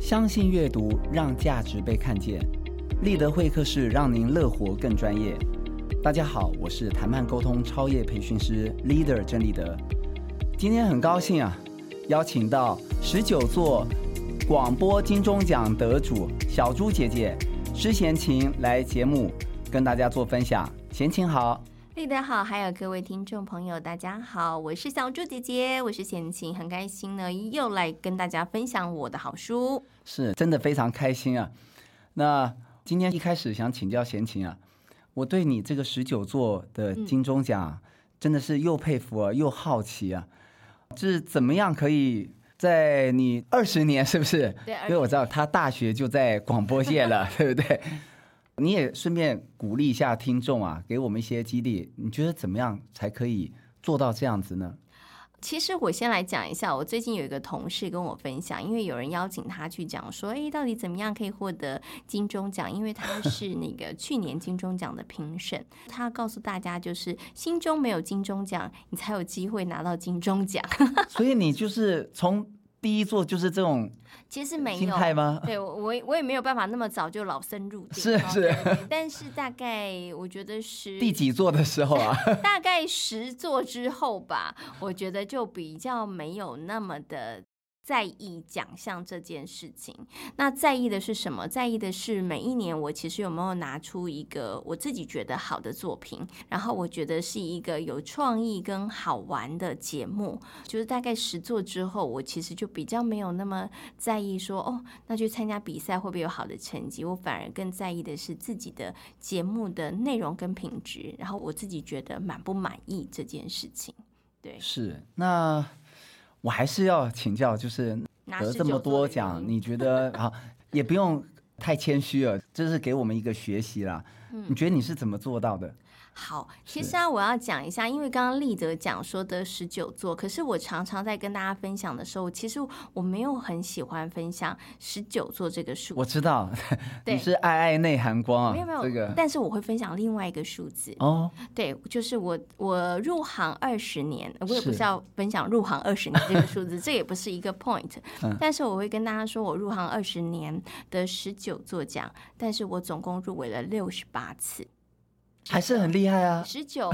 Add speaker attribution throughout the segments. Speaker 1: 相信阅读，让价值被看见。立德会客室让您乐活更专业。大家好，我是谈判沟通超业培训师 Leader 郑立德。今天很高兴啊，邀请到十九座广播金钟奖得主小猪姐姐施贤琴来节目跟大家做分享。贤琴好，
Speaker 2: 立德好，还有各位听众朋友，大家好，我是小猪姐姐，我是贤琴，很开心呢，又来跟大家分享我的好书。
Speaker 1: 是真的非常开心啊。那今天一开始想请教贤琴啊，我对你这个十九座的
Speaker 2: 嗯
Speaker 1: 金钟奖啊、真的是又佩服啊，又好奇啊，是怎么样可以在你二十年是不是？
Speaker 2: 对
Speaker 1: 因为我知道他大学就在广播界 了，对不对？你也顺便鼓励一下听众啊，给我们一些激励。你觉得怎么样才可以做到这样子 呢？
Speaker 2: 其实我先来讲一下，我最近有一个同事跟我分享，因为有人邀请他去讲说，诶，到底怎么样可以获得金钟奖？因为他是那个去年金钟奖的评审， 他告诉大家就是心中没有金钟奖，你才有机会拿到金钟奖。
Speaker 1: 所以你就是从第一座就是这种
Speaker 2: 其实没
Speaker 1: 心
Speaker 2: 有，
Speaker 1: 态吗？
Speaker 2: 对我我也我也没有办法那么早就老僧入定，
Speaker 1: 是
Speaker 2: 哦
Speaker 1: 是
Speaker 2: 对对 对但是大概我觉得是
Speaker 1: 第几座的时候 啊？
Speaker 2: 大概十座之后吧，我觉得就比较没有那么的。在意奖项这件事情，那在意的是什么？在意的是每一年我其实有没有拿出一个我自己觉得好的作品，然后我觉得是一个有创意跟好玩的节目。就是大概十座之后，我其实就比较没有那么在意说哦，那去参加比赛会不会有好的成绩？我反而更在意的是自己的节目的内容跟品质，然后我自己觉得满不满意这件事情。对，
Speaker 1: 是，那我还是要请教，就是
Speaker 2: 拿
Speaker 1: 得
Speaker 2: 19
Speaker 1: 这么
Speaker 2: 座
Speaker 1: 多
Speaker 2: 的原
Speaker 1: 奖，
Speaker 2: 因
Speaker 1: 你觉得啊，也不用太谦虚了，这是给我们一个学习啦。
Speaker 2: 嗯
Speaker 1: 你觉得你是怎么做到的？
Speaker 2: 好，其
Speaker 1: 是
Speaker 2: 实啊，我要讲一下，因为刚刚立德讲说得十九座，可是我常常在跟大家分享的时候，其实我没有很喜欢分享十九座这个数
Speaker 1: 我知道
Speaker 2: 对
Speaker 1: 你是爱爱内含光啊，
Speaker 2: 没有没有，
Speaker 1: 这个
Speaker 2: 但是我会分享另外一个数字，
Speaker 1: 哦，
Speaker 2: 对，就是我我入行二十年，我也不
Speaker 1: 是
Speaker 2: 是要分享入行二十年这个数字，这 也不是一个 point，、
Speaker 1: 嗯
Speaker 2: 但是我会跟大家说，我入行二十年的十九座奖，但是我总共入围了六十八次，
Speaker 1: 还是很厉害啊。
Speaker 2: 十九。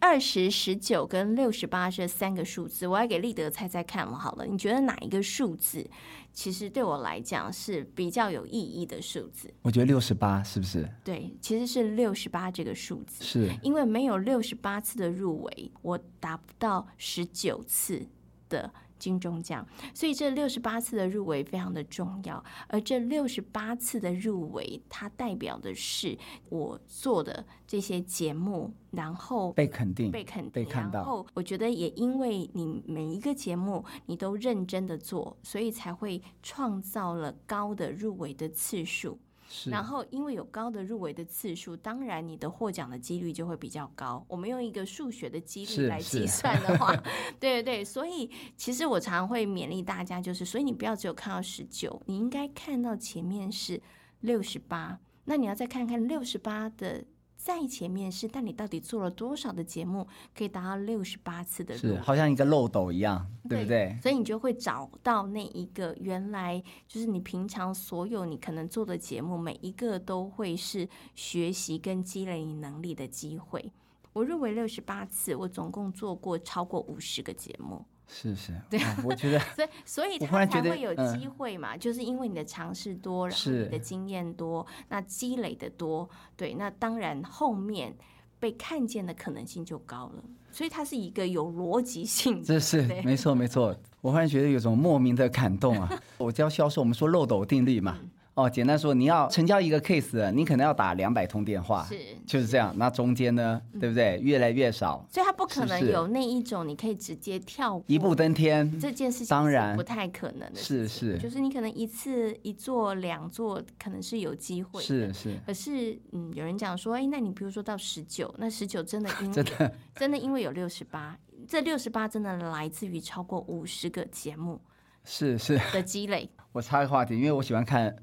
Speaker 2: 二十、十九跟六十八这三个数字，我要给立德猜猜看了。好了，你觉得哪一个数字其实对我来讲是比较有意义的数字？
Speaker 1: 我觉得六十八是不是？
Speaker 2: 对，其实是六十八这个数字。
Speaker 1: 是
Speaker 2: 因为没有六十八次的入围，我达不到十九次的金钟奖，所以这六十八次的入围非常的重要。而这六十八次的入围，它代表的是我做的这些节目，然后
Speaker 1: 被肯定，
Speaker 2: 被肯定，
Speaker 1: 被看到
Speaker 2: 然后我觉得也因为你每一个节目你都认真的做，所以才会创造了高的入围的次数。
Speaker 1: 是
Speaker 2: 然后因为有高的入围的次数，当然你的获奖的几率就会比较高。我们用一个数学的几率
Speaker 1: 是
Speaker 2: 来
Speaker 1: 是
Speaker 2: 计算的话， 对对对，所以其实我常会勉励大家，就是所以你不要只有看到十九，你应该看到前面是六十八，那你要再看看六十八的。在前面是，但你到底做了多少的节目，可以达到六十八次的入
Speaker 1: 是，好像一个漏斗一样，对不对？
Speaker 2: 所以你就会找到那一个原来就是你平常所有你可能做的节目，每一个都会是学习跟积累你能力的机会。我入围六十八次，我总共做过超过五十个节目，
Speaker 1: 是是，哇我觉得
Speaker 2: 所以所以
Speaker 1: 我忽
Speaker 2: 他
Speaker 1: 然觉
Speaker 2: 才
Speaker 1: 得
Speaker 2: 会有
Speaker 1: 嗯
Speaker 2: 机会嘛，就是因为你的尝试多，然后
Speaker 1: 是
Speaker 2: 你的经验多，那积累的多，对，那当然后面被看见的可能性就高了，所以它是一个有逻辑性的。
Speaker 1: 这是
Speaker 2: 对
Speaker 1: 没错没错，我忽然觉得有种莫名的感动 啊！我教销售，我们说漏斗定律
Speaker 2: 嗯
Speaker 1: 嘛，哦，简单说，你要成交一个 case，你可能要打两百通电话，
Speaker 2: 是嗯
Speaker 1: 就是这样。那中间呢，对不对？越来越少，
Speaker 2: 所以它不可
Speaker 1: 是
Speaker 2: 能
Speaker 1: 是
Speaker 2: 有那一种你可以直接跳
Speaker 1: 一步登天，
Speaker 2: 这件事情，
Speaker 1: 当然
Speaker 2: 不太可能的事
Speaker 1: 是
Speaker 2: 情，
Speaker 1: 是
Speaker 2: 就是你可能一次一座两座可能是有机会的
Speaker 1: 是是，
Speaker 2: 可是，嗯，有人讲说，哎，那你比如说到十九，那十 九真的因为
Speaker 1: 真的
Speaker 2: 真的因为有六十八，这六十八真的来自于超过五十个节目
Speaker 1: 是是。
Speaker 2: 的积累，
Speaker 1: 我插个话题，因为我喜欢看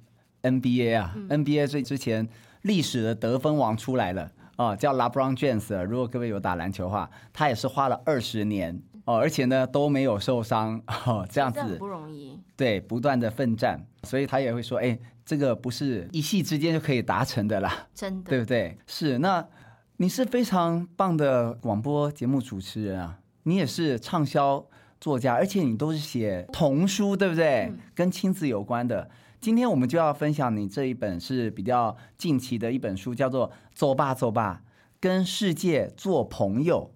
Speaker 1: NBA 啊、n b a 最之前历史的得分王啊出来了啊、叫 LeBron James。如果各位有打篮球的话，他也是花了二十年哦，而且呢都没有受伤，哦，这样
Speaker 2: 真的很
Speaker 1: 子
Speaker 2: 不容易。
Speaker 1: 对不断的奋战，所以他也会说，哎，这个不是一夕之间就可以达成的啦，
Speaker 2: 真
Speaker 1: 对
Speaker 2: 的，
Speaker 1: 不对？是，那你是非常棒的广播节目主持人啊，你也是畅销作家，而且你都是写童书，对不对？
Speaker 2: 嗯
Speaker 1: 跟亲子有关的。今天我们就要分享你这一本是比较近期的一本书，叫做《走吧走吧，跟世界做朋友》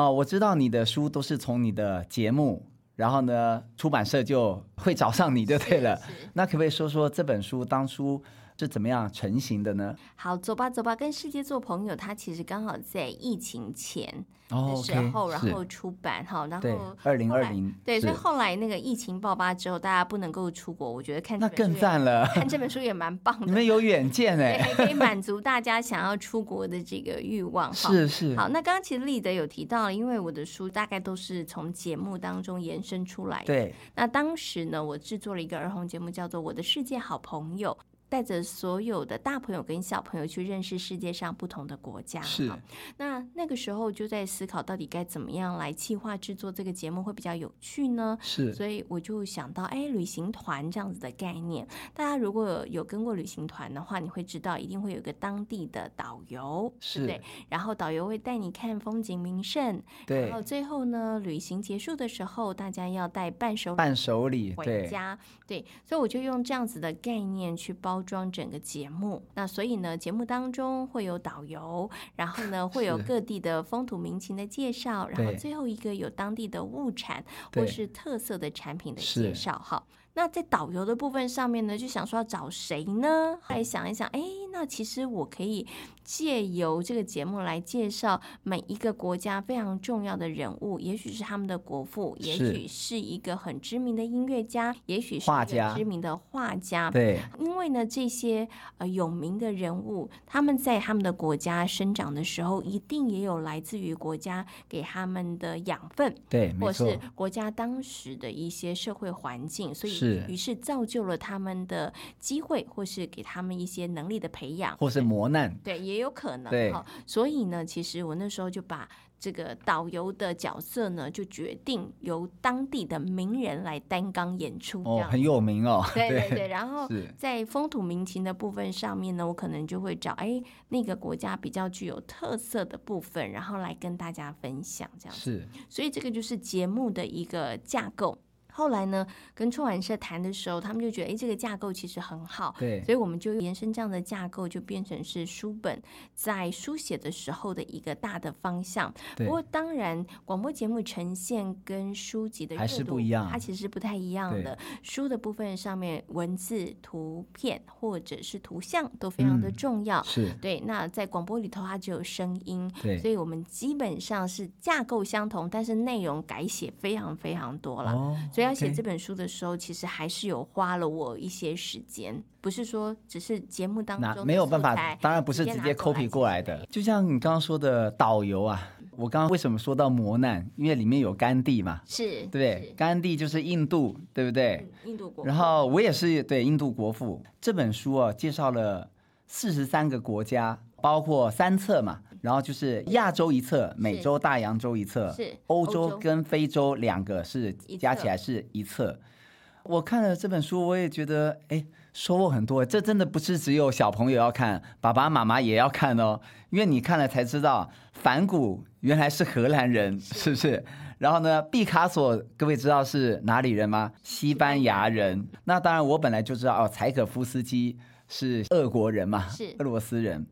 Speaker 1: 啊、我知道你的书都是从你的节目，然后呢，出版社就会找上你就对了。
Speaker 2: 是
Speaker 1: 那可不可以说说这本书当初是怎么样成型的呢？
Speaker 2: 好，走吧走吧，跟世界做朋友。它其实刚好在疫情前的
Speaker 1: 哦
Speaker 2: 时候，然后出版哈，然
Speaker 1: 对
Speaker 2: 后，
Speaker 1: 二零
Speaker 2: 后
Speaker 1: 二
Speaker 2: 来
Speaker 1: 零，
Speaker 2: 对，
Speaker 1: 是
Speaker 2: 所以后来那个疫情爆发之后，大家不能够出国，我觉得看这
Speaker 1: 那
Speaker 2: 本
Speaker 1: 更
Speaker 2: 书也，
Speaker 1: 赞了，
Speaker 2: 看这本书也蛮棒
Speaker 1: 你
Speaker 2: 的，
Speaker 1: 们有远见
Speaker 2: 对，
Speaker 1: 哎，
Speaker 2: 还可以满足大家想要出国的这个欲望哈。
Speaker 1: 是是，
Speaker 2: 好，那刚刚其实立德有提到了，因为我的书大概都是从节目当中延伸出来的。
Speaker 1: 对，
Speaker 2: 那当时呢，我制作了一个儿童节目，叫做《我的世界好朋友》，带着所有的大朋友跟小朋友去认识世界上不同的国家。
Speaker 1: 是
Speaker 2: 好那那个时候就在思考，到底该怎么样来企划制作这个节目会比较有趣呢？
Speaker 1: 是，
Speaker 2: 所以我就想到，哎，旅行团这样子的概念，大家如果有有跟过旅行团的话，你会知道一定会有一个当地的导游，对
Speaker 1: 是
Speaker 2: 不对？然后导游会带你看风景名胜，
Speaker 1: 对
Speaker 2: 然后，最后呢，旅行结束的时候，大家要带伴手礼
Speaker 1: 伴手礼，
Speaker 2: 回
Speaker 1: 对，
Speaker 2: 家。对，所以我就用这样子的概念去包装整个节目。那所以呢，节目当中会有导游，然后呢会有
Speaker 1: 是
Speaker 2: 各地的风土民情的介绍，然后
Speaker 1: 对
Speaker 2: 最后一个有当地的物产
Speaker 1: 对
Speaker 2: 或是特色的产品的
Speaker 1: 是
Speaker 2: 介绍。哈。那在导游的部分上面呢，就想说要找谁呢？后来想一想，哎，那其实我可以借由这个节目来介绍每一个国家非常重要的人物，也许是他们的国父，也
Speaker 1: 是
Speaker 2: 许是一个很知名的音乐家，也许是
Speaker 1: 画
Speaker 2: 一
Speaker 1: 家
Speaker 2: 个知名的画家。
Speaker 1: 对，
Speaker 2: 因为呢，这些呃有名的人物，他们在他们的国家生长的时候，一定也有来自于国家给他们的养分，
Speaker 1: 对，没
Speaker 2: 或
Speaker 1: 错
Speaker 2: 是，国家当时的一些社会环境，所以
Speaker 1: 是
Speaker 2: 于是造就了他们的机会，或是给他们一些能力的培养。
Speaker 1: 或是磨难，
Speaker 2: 对，也有可能
Speaker 1: 对
Speaker 2: 哈、所以呢，其实我那时候就把这个导游的角色呢，就决定由当地的名人来担纲演出这
Speaker 1: 哦，
Speaker 2: 样。
Speaker 1: 很有名哦，
Speaker 2: 对对 对，然后
Speaker 1: 是，
Speaker 2: 在风土民情的部分上面呢，我可能就会找哎那个国家比较具有特色的部分，然后来跟大家分享这样。
Speaker 1: 是，
Speaker 2: 所以这个就是节目的一个架构。后来呢，跟出版社谈的时候，他们就觉得哎这个架构其实很好，
Speaker 1: 对
Speaker 2: 所以我们就延伸这样的架构，就变成是书本在书写的时候的一个大的方向。不
Speaker 1: 对，
Speaker 2: 过当然，广播节目呈现跟书籍的
Speaker 1: 还
Speaker 2: 阅
Speaker 1: 是
Speaker 2: 读
Speaker 1: 不一样
Speaker 2: 它其实是不太一样的。书的部分上面，文字、图片或者是图像都非常的
Speaker 1: 嗯
Speaker 2: 重要。
Speaker 1: 是，
Speaker 2: 对，那在广播里头，它只有声音，
Speaker 1: 对，
Speaker 2: 所以我们基本上是架构相同，但是内容改写非常非常多了。
Speaker 1: 哦，
Speaker 2: 所以要写
Speaker 1: OK
Speaker 2: 这本书的时候，其实还是有花了我一些时间，不是说只是节目当
Speaker 1: 那
Speaker 2: 中
Speaker 1: 没
Speaker 2: 的
Speaker 1: 有
Speaker 2: 素
Speaker 1: 办法
Speaker 2: 材，
Speaker 1: 当然不是
Speaker 2: 直接
Speaker 1: 直
Speaker 2: 拿
Speaker 1: 接
Speaker 2: 过来
Speaker 1: copy
Speaker 2: 就
Speaker 1: 过来的。就像你刚刚说的导游啊，我刚刚为什么说到磨难？因为里面有甘地嘛，
Speaker 2: 是，
Speaker 1: 对不对？甘地就是印度，对不对？
Speaker 2: 是印度国，
Speaker 1: 然后我也是对印度国父这本书啊，介绍了四十三个国家，包括三册嘛，然后就是亚洲一册，美洲、大洋洲一册，
Speaker 2: 是
Speaker 1: 欧
Speaker 2: 欧
Speaker 1: 洲
Speaker 2: 洲
Speaker 1: 跟非洲两个是
Speaker 2: 一
Speaker 1: 加起
Speaker 2: 册
Speaker 1: 来是一册。我看了这本书，我也觉得哎，收获很多。这真的不是只有小朋友要看，爸爸妈妈也要看哦，因为你看了才知道，梵谷原来是荷兰人，是不是？然后呢，毕卡索，各位知道是哪里人吗？西班牙人。那当然，我本来就知道哦，柴可夫斯基是俄国人嘛，
Speaker 2: 是
Speaker 1: 俄罗斯人。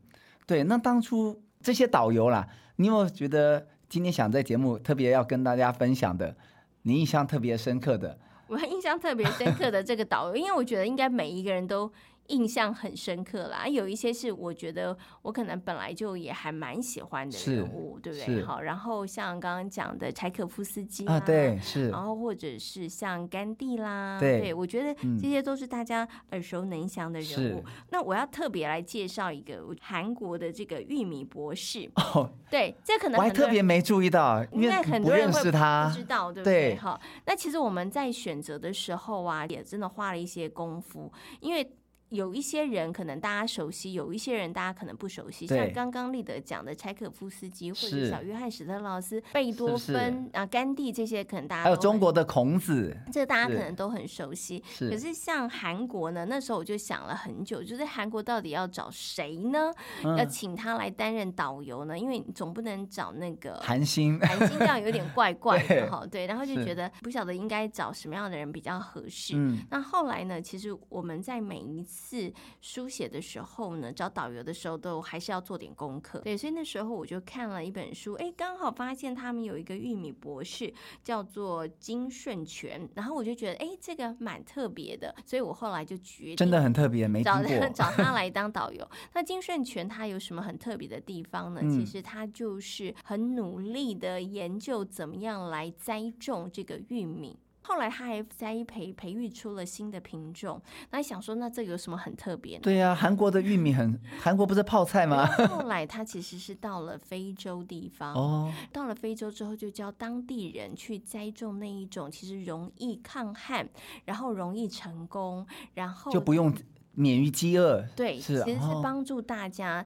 Speaker 1: 对，那当初这些导游啦，你有没有觉得今天想在节目特别要跟大家分享的，你印象特别深刻的？
Speaker 2: 我印象特别深刻的这个导游，因为我觉得应该每一个人都印象很深刻啦。有一些是我觉得我可能本来就也还蛮喜欢的
Speaker 1: 是
Speaker 2: 人物，对不对？
Speaker 1: 是
Speaker 2: 好，然后像刚刚讲的柴可夫斯基
Speaker 1: 啊，
Speaker 2: 啦
Speaker 1: 对，是
Speaker 2: 然后或者是像甘地啦，
Speaker 1: 对
Speaker 2: 我觉得
Speaker 1: 嗯
Speaker 2: 这些都是大家耳熟能详的人物
Speaker 1: 是。
Speaker 2: 那我要特别来介绍一个韩国的这个玉米博士，
Speaker 1: 哦，
Speaker 2: 对，这可能
Speaker 1: 我还
Speaker 2: 很多
Speaker 1: 特
Speaker 2: 人
Speaker 1: 别没注意到，因
Speaker 2: 应该
Speaker 1: 为
Speaker 2: 很
Speaker 1: 不
Speaker 2: 多人
Speaker 1: 认
Speaker 2: 会
Speaker 1: 识他
Speaker 2: 不知，道，对不
Speaker 1: 对
Speaker 2: 对？哈，那其实我们在选择的时候啊，也真的花了一些功夫，因为有一些人可能大家熟悉，有一些人大家可能不熟悉。
Speaker 1: 对
Speaker 2: 像刚刚立德讲的柴可夫斯基，或者
Speaker 1: 是
Speaker 2: 小约翰史特劳斯、贝多
Speaker 1: 是
Speaker 2: 芬啊、甘地这些，可能大家
Speaker 1: 还有
Speaker 2: 都
Speaker 1: 中
Speaker 2: 很
Speaker 1: 国的孔子
Speaker 2: 这个大家可
Speaker 1: 是
Speaker 2: 能都很熟悉。
Speaker 1: 是
Speaker 2: 可是像韩国呢，那时候我就想了很久，就是韩国到底要找谁呢？要
Speaker 1: 嗯，
Speaker 2: 请他来担任导游呢？因为你总不能找那个
Speaker 1: 韩 星
Speaker 2: 韩星，这样有点怪怪
Speaker 1: 对
Speaker 2: 的哈。对，然后就是觉得不晓得应该找什么样的人比较合适。
Speaker 1: 嗯
Speaker 2: 那后来呢？其实我们在每一次书写的时候呢，找导游的时候都还是要做点功课。对，所以那时候我就看了一本书，哎，刚好发现他们有一个玉米博士叫做金顺全，然后我就觉得，哎，这个蛮特别的，所以我后来就决定
Speaker 1: 真的很特别，没听
Speaker 2: 找他
Speaker 1: 过。
Speaker 2: 找他来当导游。那金顺全他有什么很特别的地方呢？
Speaker 1: 嗯
Speaker 2: 其实他就是很努力的研究怎么样来栽种这个玉米。后来他还栽培培育出了新的品种，那想说那这有什么很特别呢？
Speaker 1: 对呀、韩国的玉米很，韩国不是泡菜吗？
Speaker 2: 后来他其实是到了非洲地方，
Speaker 1: 哦，
Speaker 2: 到了非洲之后，就教当地人去栽种那一种其实容易抗旱，然后容易成功，然后
Speaker 1: 就不用免于饥饿。
Speaker 2: 对，
Speaker 1: 是
Speaker 2: 其实是
Speaker 1: 哦啊
Speaker 2: 帮助大家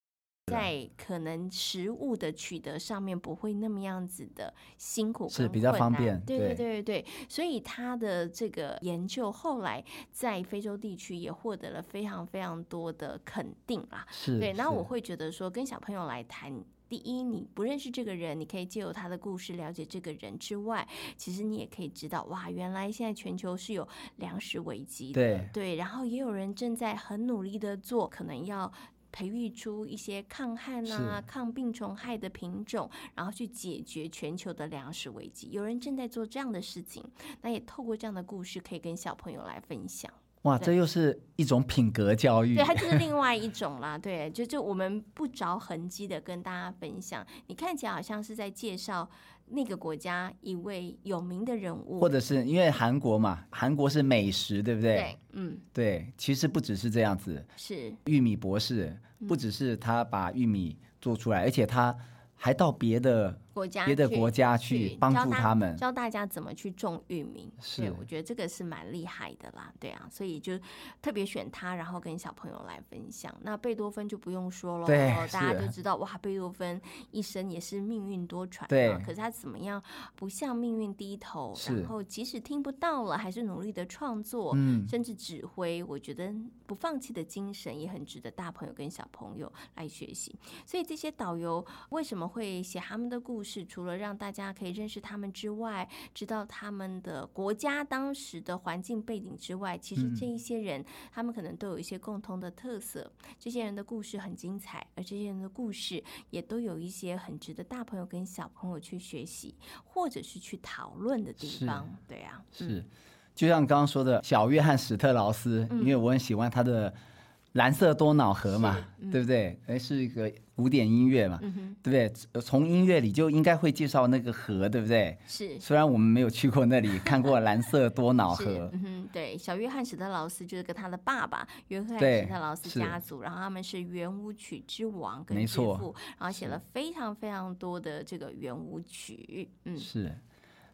Speaker 2: 在可能食物的取得上面不会那么样子的辛苦，
Speaker 1: 是比较方便
Speaker 2: 对对
Speaker 1: 对
Speaker 2: 对对对，所以他的这个研究后来在非洲地区也获得了非常非常多的肯定啦。
Speaker 1: 是，
Speaker 2: 对，那
Speaker 1: 是
Speaker 2: 我会觉得说，跟小朋友来谈。第一，你不认识这个人，你可以借由他的故事了解这个人之外，其实你也可以知道，哇，原来现在全球是有粮食危机的，
Speaker 1: 对
Speaker 2: 对，然后也有人正在很努力的做，可能要培育出一些抗旱啊、抗病虫害的品种，然后去解决全球的粮食危机。有人正在做这样的事情，那也透过这样的故事，可以跟小朋友来分享。
Speaker 1: 哇，
Speaker 2: 对
Speaker 1: 这又是一种品格教育
Speaker 2: 对，。它就是另外一种啦。对，就就我们不着痕迹的跟大家分享，你看起来好像是在介绍那个国家一位有名的人物，
Speaker 1: 或者是因为韩国嘛，韩国是美食，对不对？
Speaker 2: 对，嗯，
Speaker 1: 对其实不只是这样子，
Speaker 2: 是
Speaker 1: 玉米博士
Speaker 2: 嗯
Speaker 1: 不只是他把玉米做出来，而且他还到别的
Speaker 2: 国家
Speaker 1: 别的
Speaker 2: 去
Speaker 1: 国家去帮
Speaker 2: 教
Speaker 1: 助
Speaker 2: 大
Speaker 1: 他们。嗯
Speaker 2: 教大家怎么去种玉米。对
Speaker 1: 是，
Speaker 2: 我觉得这个是蛮厉害的啦，对啊，所以就特别选它，然后跟小朋友来分享。那贝多芬就不用说了，
Speaker 1: 对
Speaker 2: 大家
Speaker 1: 是
Speaker 2: 都知道，哇，贝多芬一生也是命运多舛
Speaker 1: 对
Speaker 2: 嘛。可是他怎么样不向命运低头，
Speaker 1: 是
Speaker 2: 然后即使听不到了，还是努力的创作。
Speaker 1: 嗯，
Speaker 2: 甚至指挥，我觉得不放弃的精神也很值得大朋友跟小朋友来学习。所以这些导游为什么会写他们的故事？除了让大家可以认识他们之外，知道他们的国家当时的环境背景之外，其实
Speaker 1: 嗯
Speaker 2: 这一些人、他们可能都有一些共同的特色。这些人的故事很精彩，而这些人的故事也都有一些很值得大朋友跟小朋友去学习，或者是去讨论的地
Speaker 1: 是
Speaker 2: 方。对啊，嗯
Speaker 1: 是，就像刚刚说的，小约翰史特劳斯，因为我很喜欢他的《蓝色多瑙河》嘛，对不对？哎，是一个古典音乐嘛，
Speaker 2: 嗯哼，
Speaker 1: 对不对？呃从音乐里就应该会介绍那个河，对不对？
Speaker 2: 是。
Speaker 1: 虽然我们没有去过那里，看过蓝色多瑙河
Speaker 2: 是，，嗯哼，对，小约翰史特劳斯就是跟他的爸爸约翰
Speaker 1: 对
Speaker 2: 史特劳斯
Speaker 1: 是
Speaker 2: 家族，然后他们是圆舞曲之王跟
Speaker 1: 没
Speaker 2: 之
Speaker 1: 错
Speaker 2: 父，然后写了非常非常多的这个圆舞曲，嗯，
Speaker 1: 是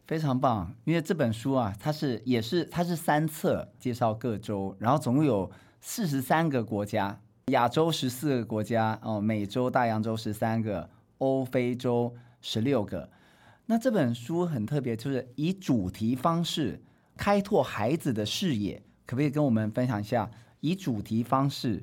Speaker 1: 非常棒。因为这本书啊，它是也是它是三册介绍各州，然后总共有四十三个国家，亚洲十四个国家，哦，美洲、大洋洲十三个，欧非洲十六个。那这本书很特别，就是以主题方式开拓孩子的视野，可不可以跟我们分享一下？以主题方式，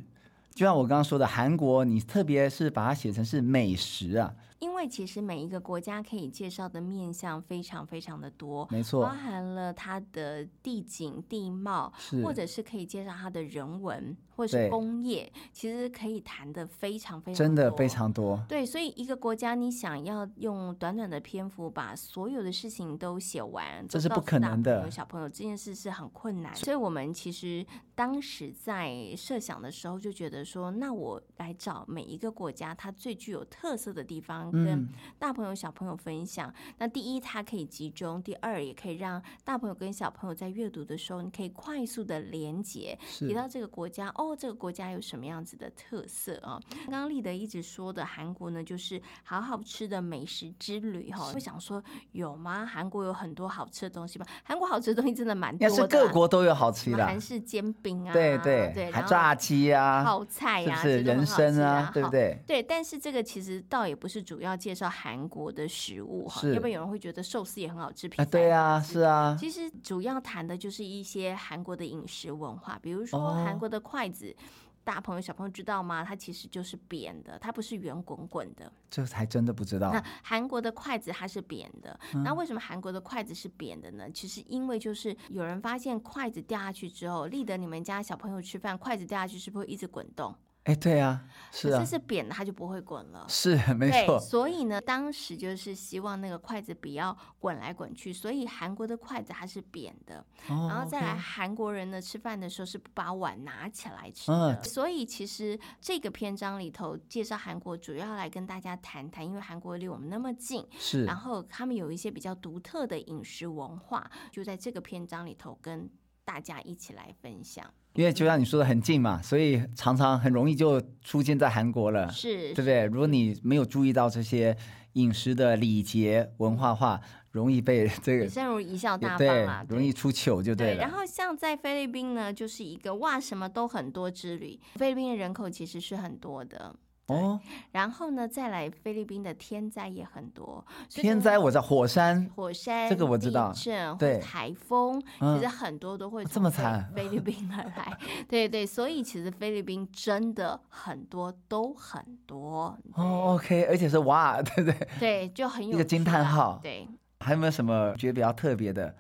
Speaker 1: 就像我刚刚说的，韩国你特别是把它写成是美食啊，
Speaker 2: 因为其实每一个国家可以介绍的面向非常非常的多，
Speaker 1: 没错
Speaker 2: 包，含了它的地景地貌，
Speaker 1: 是
Speaker 2: 或者是可以介绍它的人文或者是
Speaker 1: 对
Speaker 2: 工业，其实可以谈的非常非常
Speaker 1: 真的
Speaker 2: 多
Speaker 1: 非常多。
Speaker 2: 对，所以一个国家你想要用短短的篇幅把所有的事情都写完，
Speaker 1: 这
Speaker 2: 都
Speaker 1: 是不
Speaker 2: 告诉
Speaker 1: 可
Speaker 2: 大
Speaker 1: 能
Speaker 2: 朋友
Speaker 1: 的
Speaker 2: 小朋友这件事是很困难，所以我们其实当时在设想的时候就觉得说，那我来找每一个国家它最具有特色的地方，样跟
Speaker 1: 嗯
Speaker 2: 大朋友、小朋友分享。那第一，它可以集中；第二，也可以让大朋友跟小朋友在阅读的时候，你可以快速的连接，
Speaker 1: 是
Speaker 2: 提到这个国家哦，这个国家有什么样子的特色啊、刚刚立德一直说的韩国呢，就是好好吃的美食之旅哈、会想说有吗？韩国有很多好吃的东西吗？韩国好吃的东西真的蛮
Speaker 1: 应
Speaker 2: 多
Speaker 1: 该
Speaker 2: 的
Speaker 1: 是
Speaker 2: 啊、
Speaker 1: 各国都有好吃
Speaker 2: 什么
Speaker 1: 的啊，
Speaker 2: 韩式煎饼啊，
Speaker 1: 对
Speaker 2: 对
Speaker 1: 对，还
Speaker 2: 然后
Speaker 1: 炸鸡啊，
Speaker 2: 泡菜
Speaker 1: 是不
Speaker 2: 呀、
Speaker 1: 是
Speaker 2: 这都很
Speaker 1: 人
Speaker 2: 好吃
Speaker 1: 参啊
Speaker 2: 啊，，
Speaker 1: 对不
Speaker 2: 好？
Speaker 1: 对？
Speaker 2: 对，但是这个其实倒也不是主要介绍韩国的食物哈，
Speaker 1: 是
Speaker 2: 要不然有人会觉得寿司也很好吃，
Speaker 1: 啊，对
Speaker 2: 呀。
Speaker 1: 啊，是啊，
Speaker 2: 其实主要谈的就是一些韩国的饮食文化，比如说
Speaker 1: 哦
Speaker 2: 韩国的筷子，大朋友小朋友知道吗？它其实就是扁的，它不是圆滚滚的。
Speaker 1: 这还真的不知道
Speaker 2: 那韩国的筷子它是扁的，
Speaker 1: 嗯
Speaker 2: 那为什么韩国的筷子是扁的呢？其实因为就是有人发现筷子掉下去之后，立得你们家小朋友吃饭，筷子掉下去是不是会一直滚动？
Speaker 1: 哎，对啊，是
Speaker 2: 可
Speaker 1: 啊
Speaker 2: 是，是扁的，它就不会滚了。
Speaker 1: 是没
Speaker 2: 对，
Speaker 1: 错，
Speaker 2: 所以呢，当时就是希望那个筷子不要滚来滚去，所以韩国的筷子它是扁的，
Speaker 1: 哦
Speaker 2: 然后再来
Speaker 1: OK
Speaker 2: 韩国人呢吃饭的时候是不把碗拿起来吃的，
Speaker 1: 嗯
Speaker 2: 所以其实这个篇章里头介绍韩国，主要来跟大家谈谈，因为韩国离我们那么近，
Speaker 1: 是
Speaker 2: 然后他们有一些比较独特的饮食文化，就在这个篇章里头跟大家一起来分享。
Speaker 1: 因为就像你说的很近嘛，所以常常很容易就出现在韩国了，
Speaker 2: 是
Speaker 1: 对不对？如果你没有注意到这些饮食的礼节文化化，容易被这
Speaker 2: 李
Speaker 1: 个
Speaker 2: 胜如贻笑大方
Speaker 1: 对
Speaker 2: 啦，
Speaker 1: 容易出糗就
Speaker 2: 对，
Speaker 1: 了
Speaker 2: 然。后像在菲律宾呢，就是一个哇什么都很多之旅。菲律宾的人口其实是很多的，
Speaker 1: 哦，
Speaker 2: 然后呢，再来菲律宾的天灾也很多，所以
Speaker 1: 天
Speaker 2: 呢
Speaker 1: 灾我在火山，
Speaker 2: 火山、
Speaker 1: 这个我知道
Speaker 2: 地震或
Speaker 1: 对
Speaker 2: 台风，
Speaker 1: 嗯啊
Speaker 2: 其实很多都会
Speaker 1: 这
Speaker 2: 从
Speaker 1: 么
Speaker 2: 菲
Speaker 1: 惨
Speaker 2: 菲律宾而来。对对，所以其实菲律宾真的很多，都很多，
Speaker 1: 哦，OK，而且是哇，对不对？
Speaker 2: 对，就很有
Speaker 1: 一个惊
Speaker 2: 趣
Speaker 1: 叹
Speaker 2: 啦
Speaker 1: 号
Speaker 2: 对，
Speaker 1: 还有没有什么觉得比较特别的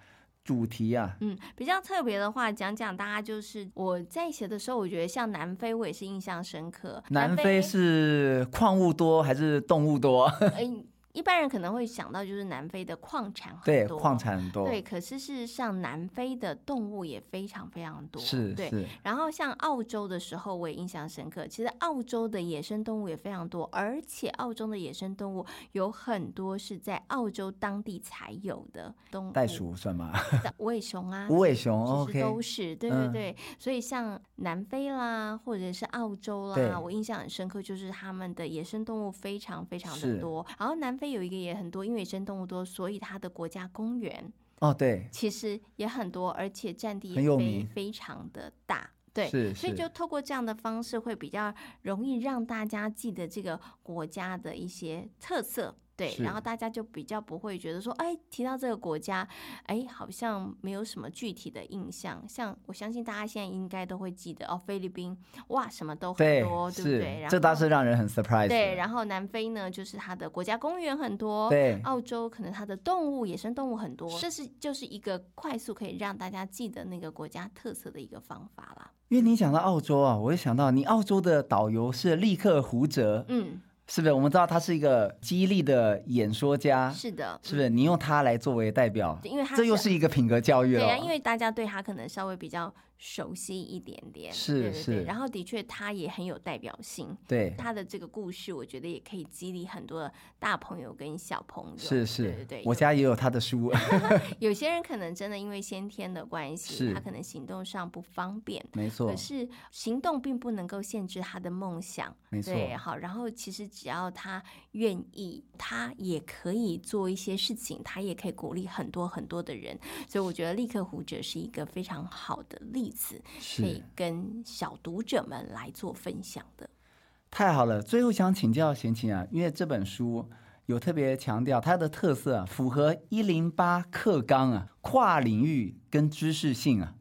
Speaker 1: 主题啊？
Speaker 2: 嗯，比较特别的话，讲讲大家就是我在写的时候，我觉得像南非，我也是印象深刻。
Speaker 1: 南非是矿物多还是动物 多？
Speaker 2: 呃，一般人可能会想到就是南非的矿产很
Speaker 1: 对，
Speaker 2: 多
Speaker 1: 矿产很多，
Speaker 2: 对，可是事实上南非的动物也非常非常多，
Speaker 1: 是
Speaker 2: 对。
Speaker 1: 是，
Speaker 2: 然后像澳洲的时候，我也印象深刻。其实澳洲的野生动物也非常多，而且澳洲的野生动物有很多是在澳洲当地才有的动物，
Speaker 1: 袋、鼠算吗？
Speaker 2: 无尾熊啊，
Speaker 1: 无尾熊
Speaker 2: 其实
Speaker 1: ，OK，
Speaker 2: 都是对对
Speaker 1: 嗯
Speaker 2: 对，所以像南非啦，或者是澳洲
Speaker 1: 对
Speaker 2: 啦，我印象很深刻，就是他们的野生动物非常非常
Speaker 1: 是
Speaker 2: 的多。然后南非有一个也很多，因为野生动物多，所以它的国家公园
Speaker 1: 哦，对，
Speaker 2: 其实也很多，而且占地
Speaker 1: 很
Speaker 2: 也
Speaker 1: 有
Speaker 2: 非
Speaker 1: 名
Speaker 2: 非常的大。对，
Speaker 1: 是
Speaker 2: 所以
Speaker 1: 是
Speaker 2: 就透过这样的方式，会比较容易让大家记得这个国家的一些特色。对，
Speaker 1: 是
Speaker 2: 然后大家就比较不会觉得说，哎，提到这个国家，哎，好像没有什么具体的印象。像我相信大家现在应该都会记得哦，菲律宾，哇，什么都很
Speaker 1: 对
Speaker 2: 多，对不
Speaker 1: 是
Speaker 2: 对？然后
Speaker 1: 这倒是让人很 surprise 的。
Speaker 2: 对，然后南非呢，就是它的国家公园很多，
Speaker 1: 对
Speaker 2: 澳洲可能它的动物、野生动物很多，这是就是一个快速可以让大家记得那个国家特色的一个方法啦。
Speaker 1: 因为你讲到澳洲啊，我就想到你澳洲的导游是立克胡哲，
Speaker 2: 嗯，
Speaker 1: 是不是？我们知道他是一个激励的演说家，
Speaker 2: 是的，
Speaker 1: 啊是不是？你用他来作为代表，
Speaker 2: 因为它
Speaker 1: 这又是一个品格教育
Speaker 2: 对
Speaker 1: 了哦。
Speaker 2: 啊，因为大家对他可能稍微比较熟悉一点点，
Speaker 1: 是
Speaker 2: 对对
Speaker 1: 是
Speaker 2: 对，然后的确他也很有代表性。
Speaker 1: 对
Speaker 2: 他的这个故事，我觉得也可以激励很多大朋友跟小朋友。
Speaker 1: 是是，
Speaker 2: 对对对，
Speaker 1: 我
Speaker 2: 有
Speaker 1: 家也有他的书，
Speaker 2: 有些人可能真的因为先天的关
Speaker 1: 是
Speaker 2: 系，他可能行动上不方便，
Speaker 1: 没错
Speaker 2: 可，是行动并不能够限制他的梦想，
Speaker 1: 没错，
Speaker 2: 对，啊好，然后其实只要他愿意，他也可以做一些事情，他也可以鼓励很多很多的人，所以我觉得立刻胡哲是一个非常好的例子，可
Speaker 1: 是
Speaker 2: 以跟小读者们来做分享的。
Speaker 1: 太好了。最后想请教贤琴啊，因为这本书有特别强调它的特色、啊，符合一零八课纲啊，跨领域跟知识性啊。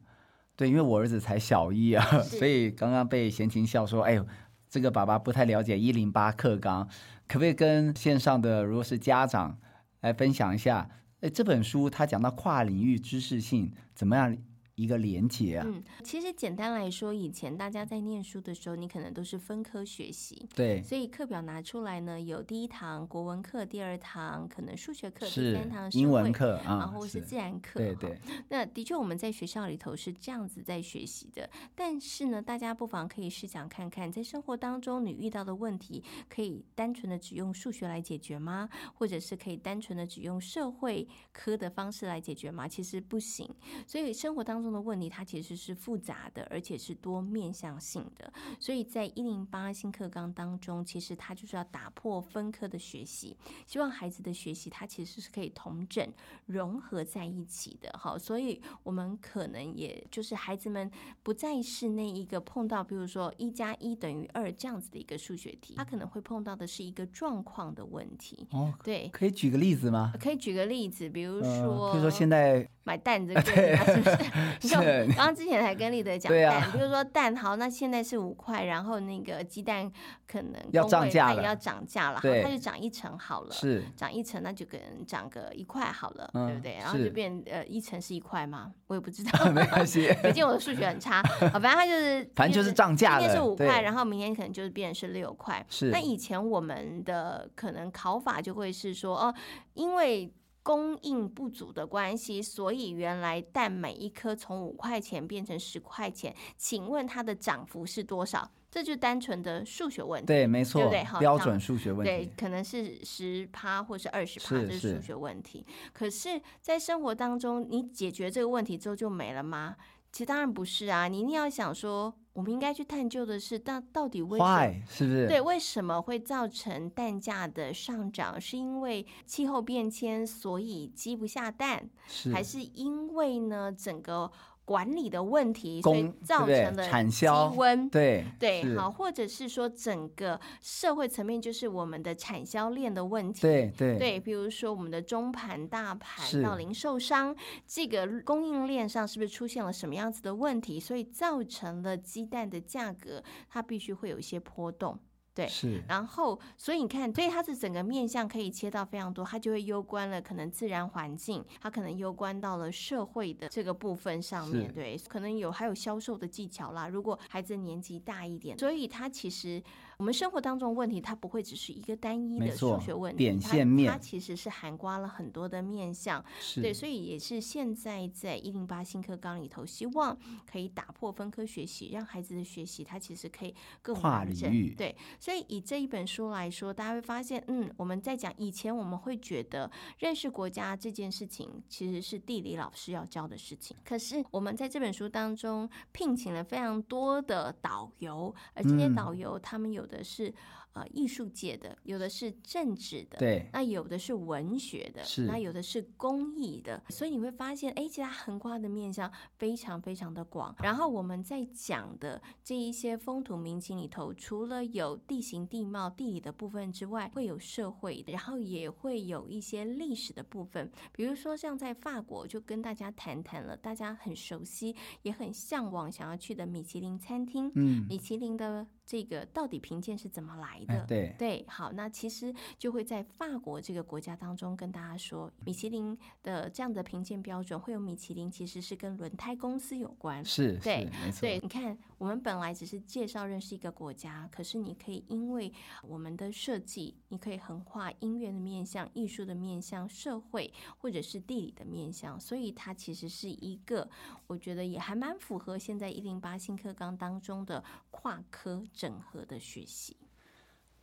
Speaker 1: 对，因为我儿子才小一啊，
Speaker 2: 是
Speaker 1: 所以刚刚被贤琴笑说：“哎呦，这个爸爸不太了解一零八课纲，可不可以跟线上的如果是家长来分享一下？哎，这本书它讲到跨领域知识性怎么样一个连结啊。
Speaker 2: 嗯，其实简单来说，以前大家在念书的时候，你可能都是分科学习，
Speaker 1: 对，
Speaker 2: 所以课表拿出来呢，有第一堂国文课，第二堂可能数学课，第
Speaker 1: 是
Speaker 2: 三堂社
Speaker 1: 英文
Speaker 2: 会，
Speaker 1: 课啊，
Speaker 2: 然后是自然课。
Speaker 1: 对
Speaker 2: 哈
Speaker 1: 对，
Speaker 2: 那的确，我们在学校里头是这样子在学习的，但是呢，大家不妨可以试想看看，在生活当中你遇到的问题，可以单纯的只用数学来解决吗？或者是可以单纯的只用社会科的方式来解决吗？其实不行，所以生活当中的问题它其实是复杂的，而且是多面向性的。所以在一零八新课纲当中，其实它就是要打破分科的学习，希望孩子的学习它其实是可以同整融合在一起的。好，所以我们可能也就是孩子们不再是那一个碰到，比如说一加一等于二这样子的一个数学题，他可能会碰到的是一个状况的问题。
Speaker 1: 哦，
Speaker 2: 对，
Speaker 1: 可以举个例子吗？
Speaker 2: 可以举个例子，比如
Speaker 1: 嗯
Speaker 2: 说，
Speaker 1: 譬如说现在
Speaker 2: 买蛋这个概念啊，是不是？ 你看
Speaker 1: 是
Speaker 2: 我刚刚之前才跟丽德讲
Speaker 1: 对啊
Speaker 2: 蛋，比如说蛋好，那现在是五块，然后那个鸡蛋可能
Speaker 1: 要
Speaker 2: 公
Speaker 1: 涨
Speaker 2: 卫
Speaker 1: 价
Speaker 2: 它也
Speaker 1: 了
Speaker 2: 要涨价了，好
Speaker 1: 对
Speaker 2: 它就涨一成好了。
Speaker 1: 是
Speaker 2: 涨一层，那就可能涨个一块好了，对
Speaker 1: 嗯
Speaker 2: 不对？然后
Speaker 1: 是，
Speaker 2: 就变呃一层是一块嘛，我也不知 道
Speaker 1: 没关 系，
Speaker 2: 可见我的数学很差。 好，反正它就是，
Speaker 1: 反正就是涨价
Speaker 2: 今天是
Speaker 1: 了
Speaker 2: 五
Speaker 1: 对
Speaker 2: 块，然后明天可能就是变成是六块。
Speaker 1: 是
Speaker 2: 那以前我们的可能考法就会是说，哦，因为。供应不足的关系，所以原来蛋每一颗从五块钱变成十块钱，请问它的涨幅是多少？这就单纯的数学问题。
Speaker 1: 对，没错
Speaker 2: 对不对好，
Speaker 1: 标
Speaker 2: 涨
Speaker 1: 准数学问
Speaker 2: 对
Speaker 1: 题，，
Speaker 2: 可能是十趴或是二十趴，
Speaker 1: 是
Speaker 2: 这
Speaker 1: 是
Speaker 2: 是数学问题。可是，在生活当中，你解决这个问题之后就没了吗？其实当然不是啊，你一定要想说，我们应该去探究的是，到到底为什么？
Speaker 1: 坏是不是？
Speaker 2: 对，为什么会造成蛋价的上涨？是因为气候变迁，所以鸡不下蛋，
Speaker 1: 是
Speaker 2: 还是因为呢整个管理的问题，所以
Speaker 1: 供
Speaker 2: 造
Speaker 1: 对不对
Speaker 2: 成了
Speaker 1: 产
Speaker 2: 低
Speaker 1: 销
Speaker 2: 温？
Speaker 1: 对
Speaker 2: 对，
Speaker 1: 是
Speaker 2: 好，或者是说整个社会层面，就是我们的产销链的问题。
Speaker 1: 对对
Speaker 2: 对，比如说我们的中盘、大盘
Speaker 1: 是
Speaker 2: 到零售商，这个供应链上是不是出现了什么样子的问题？所以造成了鸡蛋的价格，它必须会有一些波动。对
Speaker 1: 是
Speaker 2: 然后，所以你看，所以它的整个面向可以切到非常多，它就会攸关了可能自然环境，它可能攸关到了社会的这个部分上面，
Speaker 1: 是
Speaker 2: 对，可能有还有销售的技巧啦。如果孩子年纪大一点，所以他其实我们生活当中的问题，它不会只是一个单一
Speaker 1: 没
Speaker 2: 的数
Speaker 1: 错
Speaker 2: 学问题，
Speaker 1: 点
Speaker 2: 它
Speaker 1: 线面
Speaker 2: 它其实是涵盖了很多的面向，
Speaker 1: 是
Speaker 2: 对，所以也是现在在一零八新课纲里头，希望可以打破分科学习，让孩子的学习他其实可以更
Speaker 1: 跨
Speaker 2: 完
Speaker 1: 领
Speaker 2: 整
Speaker 1: 域
Speaker 2: 对，所以以这一本书来说，大家会发现，嗯，我们在讲以前我们会觉得认识国家这件事情其实是地理老师要教的事情，可是我们在这本书当中聘请了非常多的导游，而这些
Speaker 1: 嗯
Speaker 2: 导游他们有的是、呃艺术界的，有的是政治的，
Speaker 1: 对
Speaker 2: 那有的是文学的，
Speaker 1: 是
Speaker 2: 那有的是公益的，所以你会发现，哎，其实它横跨的面向非常非常的广。然后我们在讲的这一些风土民情里头，除了有地形地貌、地理的部分之外，会有社会，然后也会有一些历史的部分。比如说像在法国，就跟大家谈谈了，大家很熟悉，也很向往想要去的米其林餐厅。
Speaker 1: 嗯
Speaker 2: 米其林的这个到底评鉴是怎么来
Speaker 1: 哎
Speaker 2: 的？
Speaker 1: 对
Speaker 2: 对，好，那其实就会在法国这个国家当中跟大家说，米其林的这样的评鉴标准，会有米其林其实是跟轮胎公司有关。
Speaker 1: 是
Speaker 2: 对
Speaker 1: 是没错
Speaker 2: 对，你看，我们本来只是介绍认识一个国家，可是你可以因为我们的设计，你可以横跨音乐的面向、艺术的面向、社会或者是地理的面向，所以它其实是一个，我觉得也还蛮符合现在一零八新课纲当中的跨科整合的学习。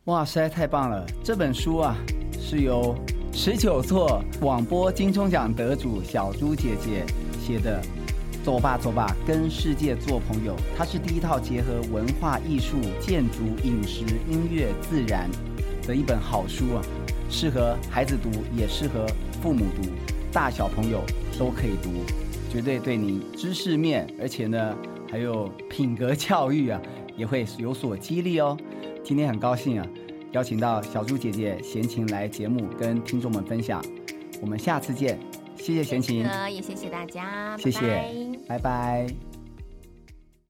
Speaker 1: 哇，实在太棒了！这本书啊，是由十九座广播金钟奖得主小猪姐姐写的。走吧，走吧，跟世界做朋友。它是第一套结合文化艺术、建筑、饮食、音乐、自然的一本好书啊，适合孩子读，也适合父母读，大小朋友都可以读，绝对对你知识面，而且呢，还有品格教育啊，也会有所激励哦。今天很高兴啊，邀请到小猪姐姐闲情来节目跟听众们分享，我们下次见，谢谢闲情，
Speaker 2: 呢，也谢谢大家，
Speaker 1: 谢谢
Speaker 2: 拜
Speaker 1: 拜
Speaker 2: 拜
Speaker 1: 拜